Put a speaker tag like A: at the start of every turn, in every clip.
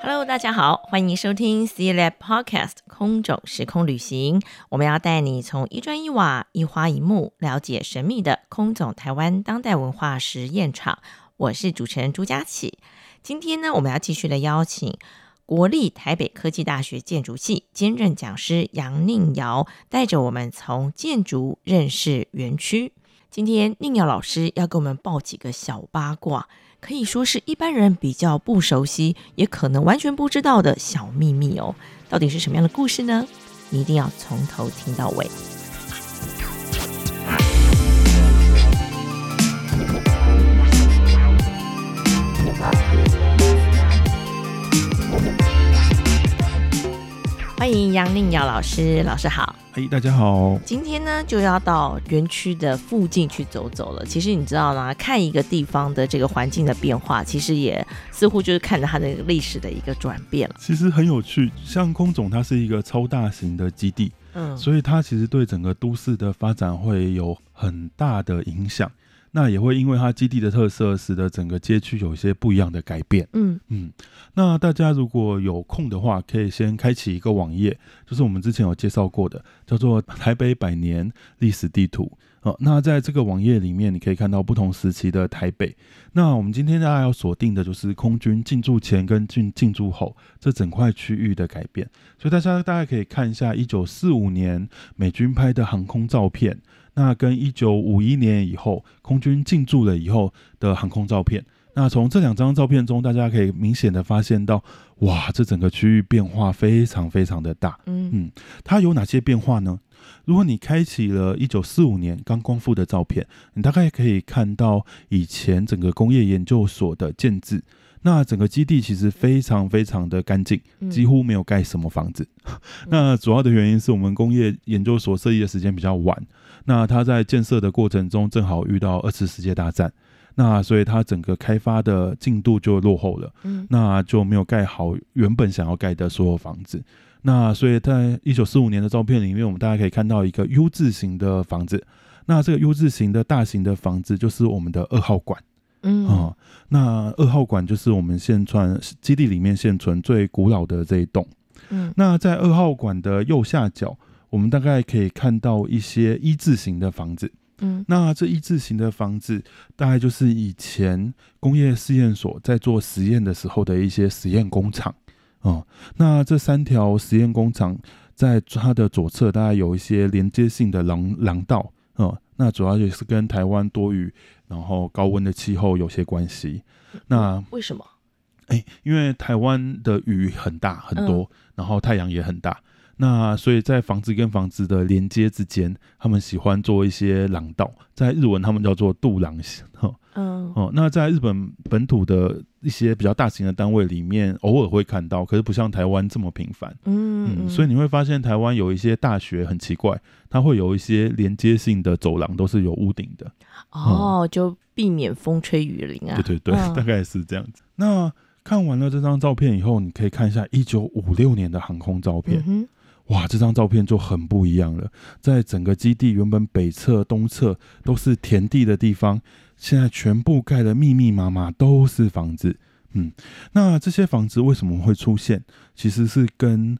A: Hello，大家好，欢迎收听 C Lab Podcast 空种时空旅行。我们要带你从一砖一瓦、一花一木，了解神秘的空总台湾当代文化实验场。我是主持人朱佳琪。今天呢，我们要继续的邀请国立台北科技大学建筑系兼任讲师杨宁尧，带着我们从建筑认识园区。今天宁尧老师要给我们报几个小八卦。可以说是一般人比较不熟悉，也可能完全不知道的小秘密哦。到底是什么样的故事呢？你一定要从头听到尾。欢迎杨令尧老师，老师好。
B: 哎，大家好。
A: 今天呢，就要到园区的附近去走走了。其实你知道吗？看一个地方的这个环境的变化，其实也似乎就是看着它的历史的一个转变了。
B: 其实很有趣，像空总它是一个超大型的基地，
A: 嗯，
B: 所以它其实对整个都市的发展会有很大的影响。那也会因为它基地的特色，使得整个街区有一些不一样的改变。
A: 嗯
B: 嗯，那大家如果有空的话，可以先开启一个网页，就是我们之前有介绍过的，叫做《台北百年历史地图》。哦，那在这个网页里面，你可以看到不同时期的台北。那我们今天大家要锁定的就是空军进驻前跟进进驻后这整块区域的改变，所以大家大概可以看一下一九四五年美军拍的航空照片，那跟一九五一年以后空军进驻了以后的航空照片。那从这两张照片中，大家可以明显的发现到，哇，这整个区域变化非常非常的大。
A: 嗯
B: 嗯它有哪些变化呢？如果你开启了1945年刚光复的照片，你大概可以看到以前整个工业研究所的建制。那整个基地其实非常非常的干净，
A: 嗯
B: 几乎没有盖什么房子。 那主要的原因是我们工业研究所设立的时间比较晚，那它在建设的过程中正好遇到二次世界大战，那所以它整个开发的进度就落后了。
A: 嗯
B: 那就没有盖好原本想要盖的所有房子。那所以在一九四五年的照片里面，我们大家可以看到一个 U 字形的房子。那这个 U 字形的大型的房子就是我们的二号馆啊、
A: 嗯
B: 那二号馆就是我们现存基地里面现存最古老的这一栋。
A: 嗯
B: 那在二号馆的右下角，我们大概可以看到一些一字形的房子。
A: 嗯
B: 那这一字形的房子，大概就是以前工业试验所在做实验的时候的一些实验工厂。哦、那这三条实验工厂在它的左侧，大概有一些连接性的廊廊道。哦、那主要也是跟台湾多雨，然后高温的气候有些关系。那
A: 为什么？
B: 哎、因为台湾的雨很大很多，然后太阳也很大，那所以在房子跟房子的连接之间，他们喜欢做一些廊道，在日文他们叫做渡廊型。哦
A: 嗯
B: 哦，那在日本本土的一些比较大型的单位里面，偶尔会看到，可是不像台湾这么频繁。
A: 嗯
B: 嗯，所以你会发现台湾有一些大学很奇怪，它会有一些连接性的走廊都是有屋顶的。
A: 哦，就避免风吹雨淋啊。
B: 嗯对对对，
A: 嗯
B: 大概是这样子。那看完了这张照片以后，你可以看一下一九五六年的航空照片，
A: 嗯哼，
B: 哇，这张照片就很不一样了。在整个基地原本北侧、东侧都是田地的地方，现在全部盖得密密麻麻，都是房子。嗯，那这些房子为什么会出现？其实是跟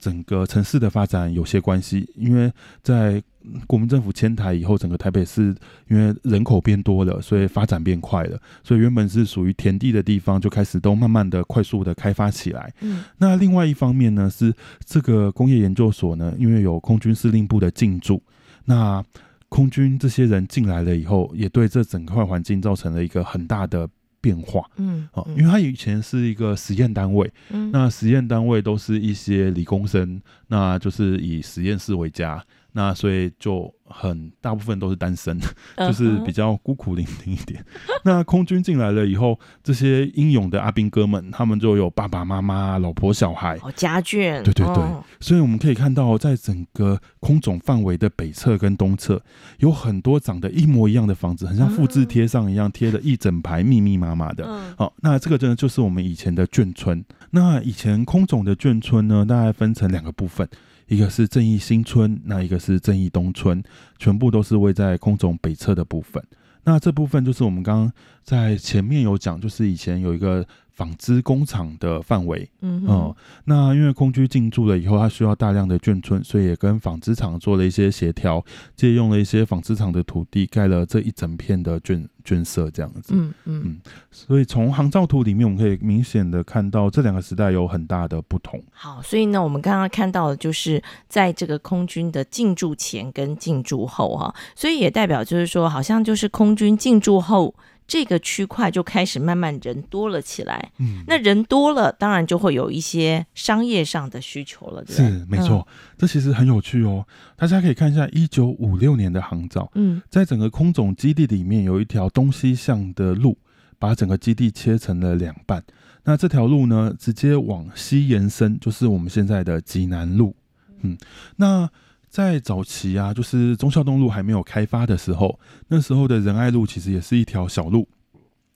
B: 整个城市的发展有些关系，因为在嗯国民政府迁台以后，整个台北市因为人口变多了，所以发展变快了，所以原本是属于田地的地方，就开始都慢慢的、快速的开发起来。
A: 嗯
B: 那另外一方面呢，是这个工业研究所呢，因为有空军司令部的进驻，那空军这些人进来了以后，也对这整块环境造成了一个很大的变化。
A: 嗯
B: 哦，因为
A: 嗯
B: 它以前是一个实验单位，
A: 嗯
B: 那实验单位都是一些理工生，那就是以实验室为家，那所以就很大部分都是单身，
A: 嗯
B: 就是比较孤苦伶仃一点。那空军进来了以后，这些英勇的阿兵哥们，他们就有爸爸妈妈、老婆、小孩，
A: 哦，家眷，
B: 对对对
A: 哦
B: 所以我们可以看到，在整个空总范围的北侧跟东侧，有很多长得一模一样的房子，很像复制贴上一样，贴了一整排密密麻麻的。
A: 嗯，
B: 好、那这个真的就是我们以前的眷村。那以前空总的眷村呢，大概分成两个部分，一个是正义新村，那一个是正义东村，全部都是位在空总北侧的部分。那这部分就是我们刚刚在前面有讲，就是以前有一个纺织工厂的范围，
A: 嗯哼
B: 哦，那因为空军进驻了以后，它需要大量的眷村，所以也跟纺织厂做了一些协调，借用了一些纺织厂的土地，盖了这一整片的眷眷舍这样子。
A: 嗯嗯，
B: 所以从航照图里面，我们可以明显的看到这两个时代有很大的不同。
A: 好，所以呢，我们刚刚看到的就是在这个空军的进驻前跟进驻后哈、所以也代表就是说，好像就是空军进驻后。这个区块就开始慢慢人多了起来，
B: 嗯，
A: 那人多了，当然就会有一些商业上的需求了，对不对
B: 是没错，
A: 嗯
B: 这其实很有趣哦。大家可以看一下一九五六年的航照，
A: 嗯
B: 在整个空总基地里面有一条东西向的路，把整个基地切成了两半。那这条路呢，直接往西延伸，就是我们现在的济南路。嗯，那在早期啊，就是忠孝东路还没有开发的时候，那时候的仁爱路其实也是一条小路，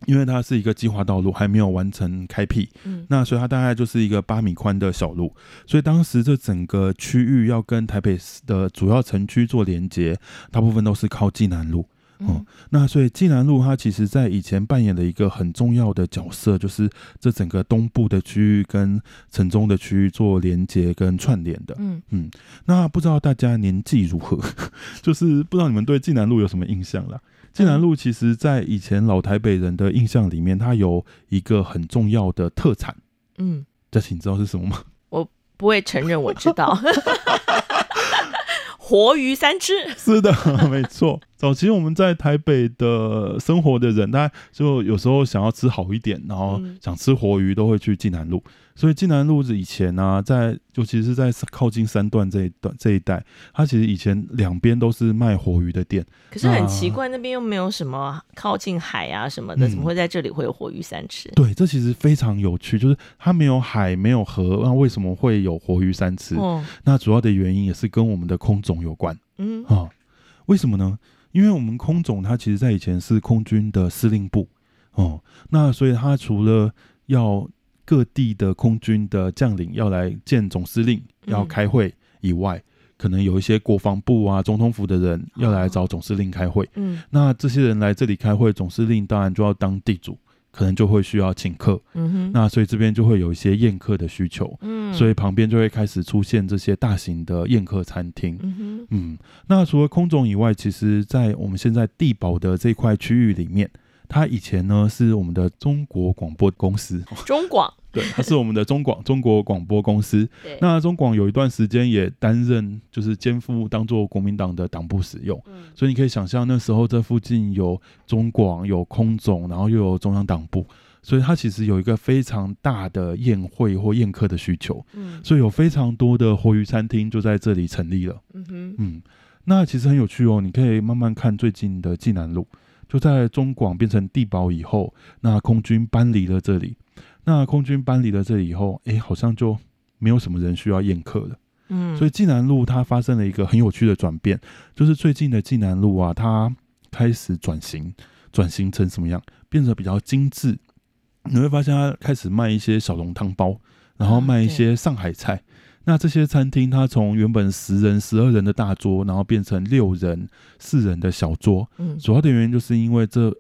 B: 因为它是一个计划道路，还没有完成开辟。
A: 嗯
B: 那所以它大概就是一个八米宽的小路，所以当时这整个区域要跟台北市的主要城区做连接，大部分都是靠济南路。哦
A: 嗯
B: 那所以济南路它其实在以前扮演了一个很重要的角色，就是这整个东部的区域跟城中的区域做连接跟串联的。
A: 嗯，
B: 那不知道大家年纪如何， 就是不知道你们对济南路有什么印象啦？济南路其实在以前老台北人的印象里面，它有一个很重要的特产。
A: 嗯，
B: 这请你知道是什么吗？
A: 不会承认我知 道，活鱼三吃，
B: 是的，没错。早期我们在台北的生活的人，他就有时候想要吃好一点，然后
A: 嗯
B: 想吃活鱼，都会去济南路。所以济南路以前呢、在尤其是在靠近三段这一段这一带，它其实以前两边都是卖活鱼的店。
A: 可是很奇怪，那边又没有什么靠近海啊什么的，
B: 嗯
A: 怎么会在这里会有活鱼三吃？
B: 对，这其实非常有趣，就是它没有海，没有河，那为什么会有活鱼三吃？
A: 哦，
B: 那主要的原因也是跟我们的空总有关。
A: 嗯
B: 啊、为什么呢？因为我们空总它其实在以前是空军的司令部哦，那所以它除了要各地的空军的将领要来见总司令，
A: 嗯
B: 要开会以外，可能有一些国防部啊、总统府的人要来找总司令开会。
A: 嗯
B: 那这些人来这里开会，总司令当然就要当地主，可能就会需要请客。
A: 嗯哼，
B: 那所以这边就会有一些宴客的需求，
A: 嗯，
B: 所
A: 以
B: 以旁边就会开始出现这些大型的宴客餐厅。
A: 嗯哼，
B: 嗯，那除了空总以外，其实，在我们现在地堡的这块区域里面，它以前呢是我们的中国广播公司，
A: 中广
B: 对，它是我们的中广中国广播公司。
A: 对，
B: 那中广有一段时间也担任就是肩负当做国民党的党部使用，
A: 嗯
B: 所以你可以想象那时候这附近有中广、有空总，然后又有中央党部，所以它其实有一个非常大的宴会或宴客的需求，
A: 嗯
B: 所以有非常多的活鱼餐厅就在这里成立了。
A: 嗯哼，
B: 嗯，那其实很有趣哦，你可以慢慢看最近的济南路，就在中广变成地堡以后，那空军搬离了这里，那空军搬离了这里以后，诶，好像就没有什么人需要宴客了，
A: 嗯，
B: 所以
A: 以
B: 济南路它发生了一个很有趣的转变，就是最近的济南路啊，它开始转型，转型成什么样？变得比较精致，你会发现它开始卖一些小笼汤包，然后
A: 啊
B: 卖一
A: 对
B: 些上海菜。那这些餐厅，它从原本十人、十二人的大桌，然后变成六人、四人的小桌。
A: 嗯
B: 主要的原因就是因为这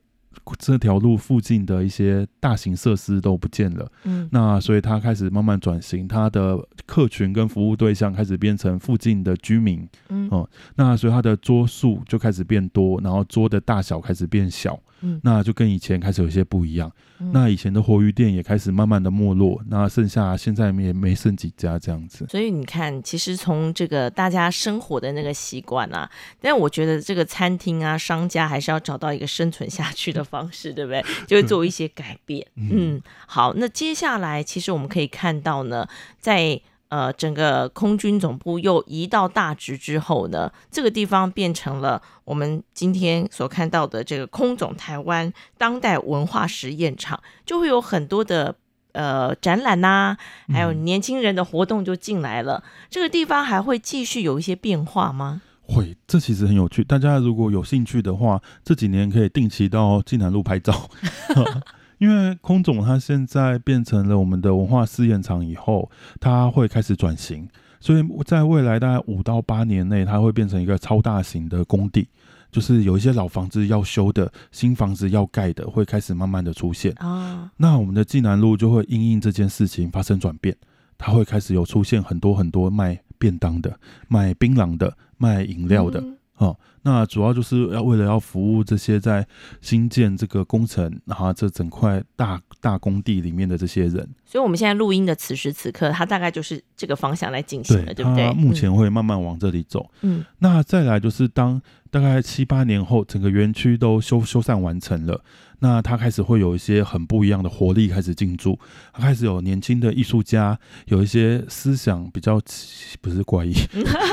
B: 这条路附近的一些大型设施都不见了，
A: 嗯
B: 那所以它开始慢慢转型，它的客群跟服务对象开始变成附近的居民。
A: 嗯
B: 哦那所以它的桌数就开始变多，然后桌的大小开始变小，
A: 嗯
B: 那就跟以前开始有些不一样。
A: 嗯
B: 那以前的活鱼店也开始慢慢的没落，那剩下现在也没剩几家这样子。
A: 所以你看，其实从这个大家生活的那个习惯啊，但我觉得这个餐厅啊、商家还是要找到一个生存下去的方式，对不对？就会做一些改变。嗯，好，那接下来其实我们可以看到呢，在呃整个空军总部又移到大直之后呢，这个地方变成了我们今天所看到的这个空总台湾当代文化实验场，就会有很多的。呃，展览呐、还
B: 嗯
A: 有年轻人的活动就进来了。这个地方还会继续有一些变化吗？
B: 会，这其实很有趣。大家如果有兴趣的话，这几年可以定期到济南路拍照， 因为空总它现在变成了我们的文化试验场以后，它会开始转型，所以在未来大概五到八年内，它会变成一个超大型的工地。就是有一些老房子要修的，新房子要盖的，会开始慢慢的出现。
A: 啊、
B: 那我们的济南路就会因应这件事情发生转变，它会开始有出现很多很多卖便当的、卖槟榔的、卖饮料的。
A: 嗯
B: 哦，那主要就是要为了要服务这些在新建这个工程，然后这整块大大工地里面的这些人，
A: 所以我们现在录音的此时此刻，它大概就是这个方向来进行了，对不对？
B: 他目前会慢慢往这里走。
A: 嗯，
B: 那再来就是当大概七八年后，整个园区都修修缮完成了，那它开始会有一些很不一样的活力开始进驻，它开始有年轻的艺术家，有一些思想比较奇不 是怪异，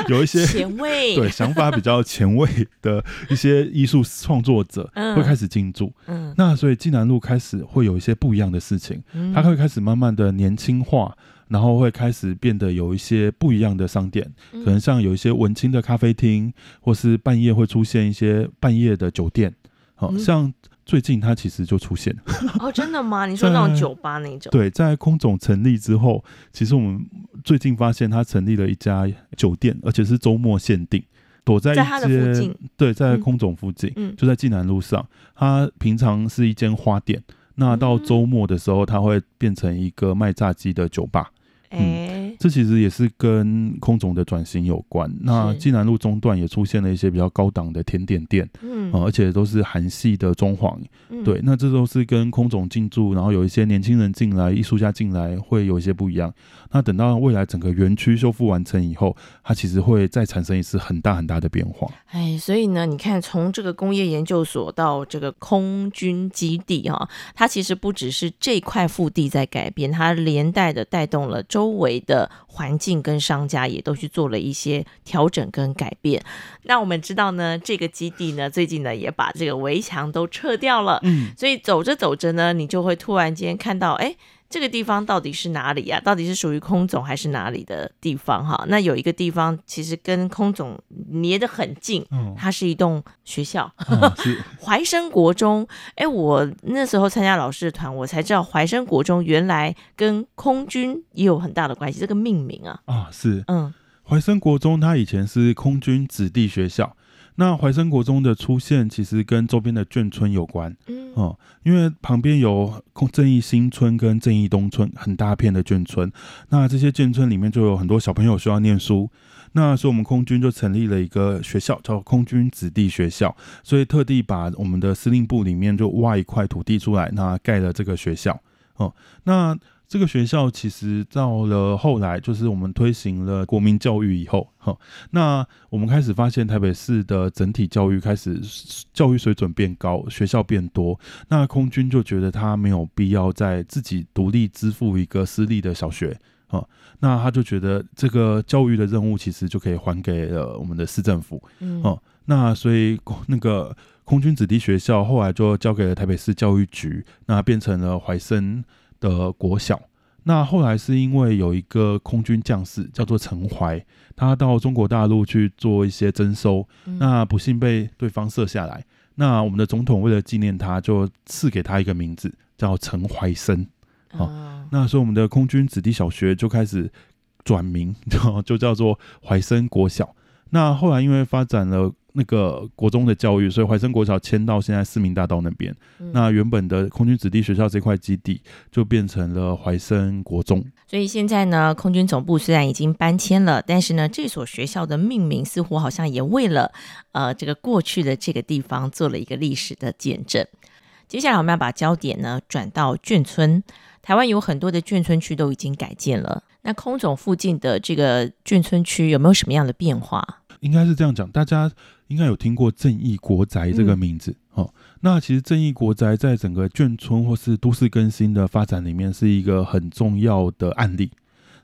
B: 有一些
A: 嗯，前卫，
B: 对，想法比较前卫的一些艺术创作者
A: 嗯
B: 会开始进驻。
A: 嗯，
B: 那所以济南路开始会有一些不一样的事情，
A: 嗯
B: 它会开始慢慢的年轻化。然后会开始变得有一些不一样的商店，
A: 嗯
B: 可能像有一些文青的咖啡厅，或是半夜会出现一些半夜的酒店，好、
A: 嗯
B: 像最近它其实就出现了。
A: 哦，真的吗？你说那种
B: 在
A: 酒吧那种，
B: 对，在空总成立之后，其实我们最近发现它成立了一家酒店，而且是周末限定，躲在一
A: 在它的附
B: 间
A: 近，
B: 对，在
A: 嗯
B: 空总附近，
A: 嗯
B: 就在济南路上。它平常是一间花店，那
A: 嗯
B: 到周末的时候，它会变成一个卖炸鸡的酒吧。
A: 哎，
B: 这其实也是跟空总的转型有关。那
A: 是
B: 济南路中段也出现了一些比较高档的甜点店，
A: 嗯
B: 呃，而且都是韩系的装潢。
A: 嗯
B: 对，那这都是跟空总进驻，然后有一些年轻人进来，艺术家进来，会有一些不一样。那等到未来整个园区修复完成以后，它其实会再产生一次很大很大的变化。
A: 哎，所以呢，你看，从这个工业研究所到这个空军基地哈、它其实不只是这块腹地在改变，它连带的带动了周围的环境跟商家也都去做了一些调整跟改变。那我们知道呢，这个基地呢，最近呢也把这个围墙都撤掉了，
B: 嗯，
A: 所以走着走着呢，你就会突然间看到，哎，这个地方到底是哪里呀、到底是属于空总还是哪里的地方？哈，那有一个地方其实跟空总捏得很近。
B: 哦，
A: 它是一栋学校，
B: 哦是，
A: 怀生国中。哎，我那时候参加老师的团，我才知道怀生国中原来跟空军也有很大的关系。这个命名啊，
B: 啊，是。
A: 嗯
B: 怀生国中它以前是空军子弟学校，那怀生国中的出现其实跟周边的眷村有关
A: 嗯
B: 哦、因为旁边有空正义新村跟正义东村很大片的眷村，那这些眷村里面就有很多小朋友需要念书。那所以，我们空军就成立了一个学校，叫空军子弟学校。所以，特地把我们的司令部里面就挖一块土地出来，那盖了这个学校。哦、那这个学校其实到了后来，就是我们推行了国民教育以后，哈、那我们开始发现台北市的整体教育开始教育水准变高，学校变多，那空军就觉得他没有必要再自己独立支付一个私立的小学。啊、那他就觉得这个教育的任务其实就可以还给了我们的市政府，
A: 嗯
B: 哦那所以空那个空军子弟学校后来就交给了台北市教育局，那变成了怀生的国小。那后来是因为有一个空军将士叫做陈怀，他到中国大陆去做一些征收，
A: 嗯
B: 那不幸被对方射下来。那我们的总统为了纪念他，就赐给他一个名字叫陈怀生。好
A: 嗯
B: 那所以我们的空军子弟小学就开始转名， 就就叫做怀生国小。那后来因为发展了那个国中的教育，所以怀生国小迁到现在市民大道那边。
A: 嗯
B: 那原本的空军子弟学校这块基地就变成了怀生国中。
A: 所以现在呢，空军总部虽然已经搬迁了，但是呢，这所学校的命名似乎好像也为了呃这个过去的这个地方做了一个历史的见证。接下来我们要把焦点呢转到眷村，台湾有很多的眷村区都已经改建了。那空总附近的这个眷村区有没有什么样的变化？
B: 应该是这样讲，大家应该有听过正义国宅这个名字、哦。那其实正义国宅在整个眷村或是都市更新的发展里面是一个很重要的案例。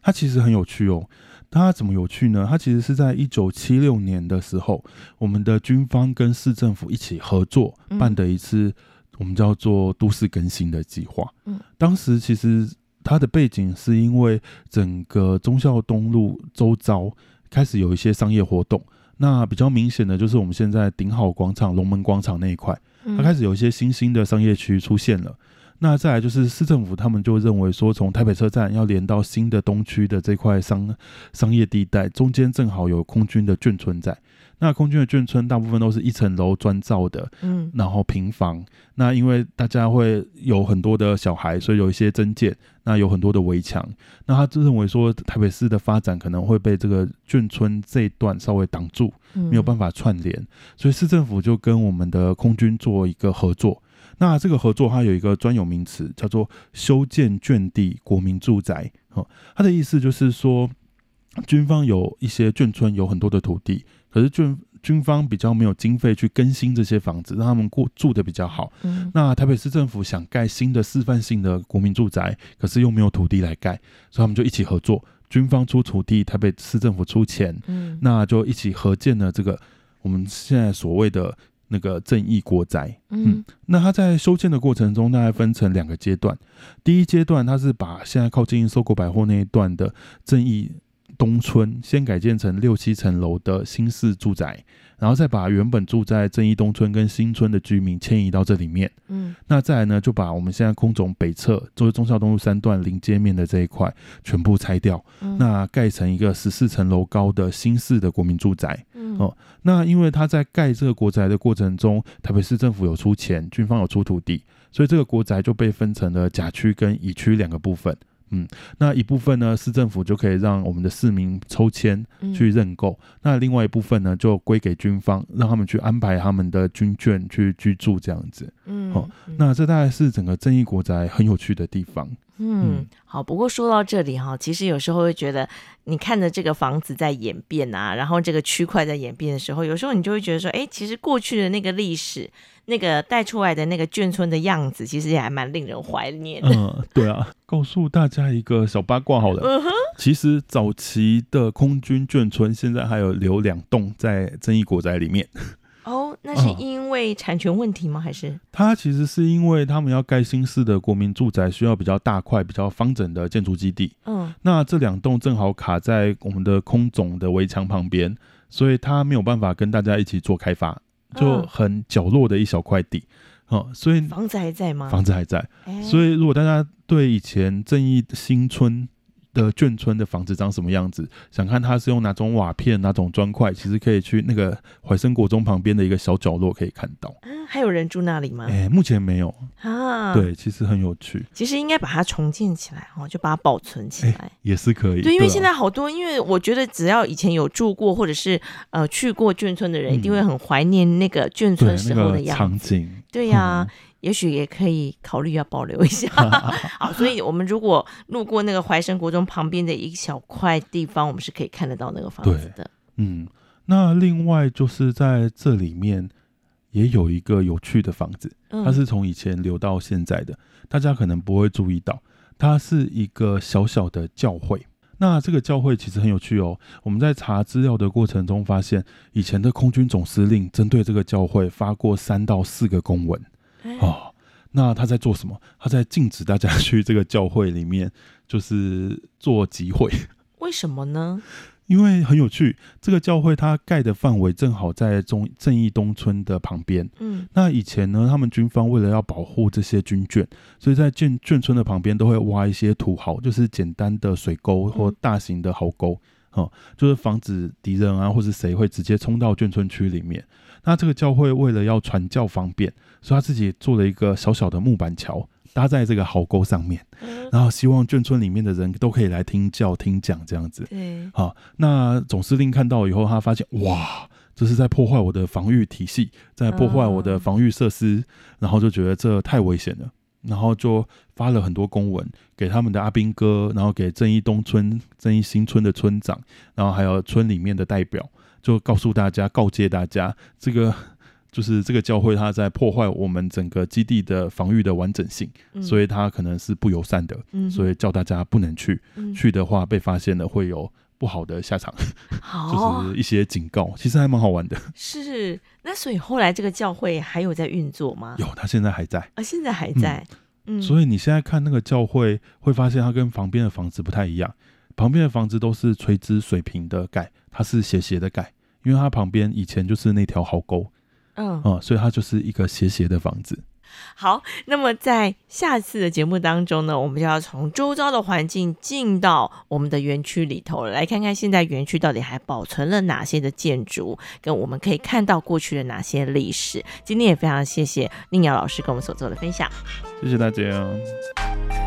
B: 它其实很有趣哦。它怎么有趣呢？它其实是在一九七六年的时候，我们的军方跟市政府一起合作
A: 嗯
B: 办的一次我们叫做都市更新的计划。
A: 嗯，
B: 当时其实它的背景是因为整个忠孝东路周遭开始有一些商业活动。那比较明显的就是我们现在顶好广场、龙门广场那一块，它开
A: 始
B: 始有一些新兴的商业区出现了。那再来就是市政府，他们就认为说，从台北车站要连到新的东区的这块商商业地带，中间正好有空军的眷村在。那空军的眷村大部分都是一层楼砖造的，
A: 嗯
B: 然后平房。那因为大家会有很多的小孩，所以有一些增建，那有很多的围墙。那他就认为说，台北市的发展可能会被这个眷村这一段稍微挡住，没有办
A: 法
B: 法串联，所以市政府就跟我们的空军做一个合作。那这个合作它有一个专有名词，叫做修建眷地国民住宅。哦，它的意思就是说，军方有一些眷村有很多的土地，可是眷军方比较没有经费去更新这些房子，让他们过住的比较好。
A: 嗯
B: 那台北市政府想盖新的示范性的国民住宅，可是又没有土地来盖，所以他们就一起合作，军方出土地，台北市政府出钱，
A: 嗯
B: 那就一起合建了这个我们现在所谓的那个正义国宅。
A: 嗯
B: 那它在修建的过程中，大概分成两个阶段。第一阶段，它是把现在靠近搜狗百货那一段的正义东村先改建成六七层楼的新式住宅，然后再把原本住在正义东村跟新村的居民迁移到这里面。
A: 嗯
B: 那再来呢，就把我们现在空总北侧，就是忠孝东路三段临街面的这一块全部拆掉，
A: 嗯
B: 那盖成一个十四层楼高的新式的国民住宅。
A: 嗯
B: 哦那因为他在盖这个国宅的过程中，台北市政府有出钱，军方有出土地，所以这个国宅就被分成了甲区跟乙区两个部分。嗯，那一部分呢，市政府就可以让我们的市民抽签
A: 嗯
B: 去认购；那另外一部分呢，就归给军方，让他们去安排他们的军眷去居住这样子。
A: 嗯
B: 哦
A: 嗯
B: 那这大概是整个正义国宅很有趣的地方。
A: 嗯
B: 嗯，
A: 好。不过说到这里哈，其实有时候会觉得，你看着这个房子在演变啊，然后这个区块在演变的时候，有时候你就会觉得说，哎，其实过去的那个历史，那个带出来的那个眷村的样子，其实也还蛮令人怀念的。
B: 嗯，对啊，告诉大家一个小八卦好了。
A: 嗯哼，
B: 其实早期的空军眷村现在还有留两栋在正义国宅里面。
A: 哦，那是
B: 嗯
A: 因为产权问题吗？还是
B: 它其实是因为他们要盖新式的国民住宅，需要比较大块、比较方整的建筑基地。
A: 嗯
B: 那这两栋正好卡在我们的空总的围墙旁边，所以它没有办法跟大家一起做开发，就
A: 嗯
B: 很角落的一小块地。哦、所以
A: 房子还在吗？
B: 房子还在。
A: 哎
B: 所以如果大家对以前正义新村的眷村的房子长什么样子，想看它是用哪种瓦片、哪种砖块，其实可以去那个怀生国中旁边的一个小角落可以看到。
A: 啊还有人住那里吗？
B: 哎、目前没有。
A: 啊，，
B: 对，其实很有趣，
A: 其实应该把它重建起来哦，就把它保存起
B: 哎
A: 来。
B: 也是可以。
A: 对，因为
B: 啊
A: 现在好多，因为我觉得只要以前有住过或者是呃去过眷村的人，
B: 嗯
A: 一定会很怀念那个眷
B: 对
A: 村时
B: 那
A: 候的
B: 个
A: 样
B: 场嗯
A: 子。
B: 景，
A: 对呀、也许也可以考虑要保留一 下。好，所以我们如果路过那个怀生国中旁边的一小块地方，我们是可以看得到那个房子的。
B: 嗯，那另外就是在这里面也有一个有趣的房子，
A: 嗯，
B: 它是从以前留到现在的，大家可能不会注意到，它是一个小小的教会。那这个教会其实很有趣哦。我们在查资料的过程中发现，以前的空军总司令针对这个教会发过三到四个公文
A: 哎
B: 哦。那他在做什么？他在禁止大家去这个教会里面，就是做集会，
A: 为什么呢？
B: 因为很有趣。这个教会它盖的范围正好在中正义东村的旁边，
A: 嗯
B: 那以前呢，他们军方为了要保护这些军眷，所以在眷眷村的旁边都会挖一些土壕，就是简单的水沟或
A: 嗯
B: 大型的壕沟，哦、就是防止敌人啊或是谁会直接冲到眷村区里面。那这个教会为了要传教方便，所以他自己做了一个小小的木板桥，搭在这个壕沟上面，
A: 嗯
B: 然后希望眷村里面的人都可以来听教听讲这样子。
A: 对，
B: 好，那总司令看到以后，他发现哇，这是在破坏我的防御体系，在破坏我的防御设施，然后就觉得这太危险了，然后就发了很多公文给他们的阿兵哥，然后给正义东村、正义新村的村长，然后还有村里面的代表，就告诉大家、告诫大家，这个 就是这个教会它在破坏我们整个基地的防御的完整性，
A: 嗯
B: 所以它可能是不友善的，
A: 嗯
B: 所以叫大家不能去，
A: 嗯
B: 去的话被发现了会有不好的下场，
A: 好
B: 就是一些警告，其实还蛮好玩的。
A: 是那，所以后来这个教会还有在运作吗？
B: 有，它现在还在，
A: 啊，现在还在。嗯，
B: 所以你现在看那个教会，会发现它跟旁边的房子不太一样，旁边的房子都是垂直水平的盖，它是斜斜的盖。因为它旁边以前就是那条壕沟
A: 嗯，
B: 啊、嗯所以它就是一个斜斜的房子。
A: 好，那么在下次的节目当中呢，我们就要从周遭的环境进到我们的园区里头，来看看现在园区到底还保存了哪些的建筑，跟我们可以看到过去的哪些历史。今天也非常谢谢宁瑶老师跟我们所做的分享。
B: 谢谢大家。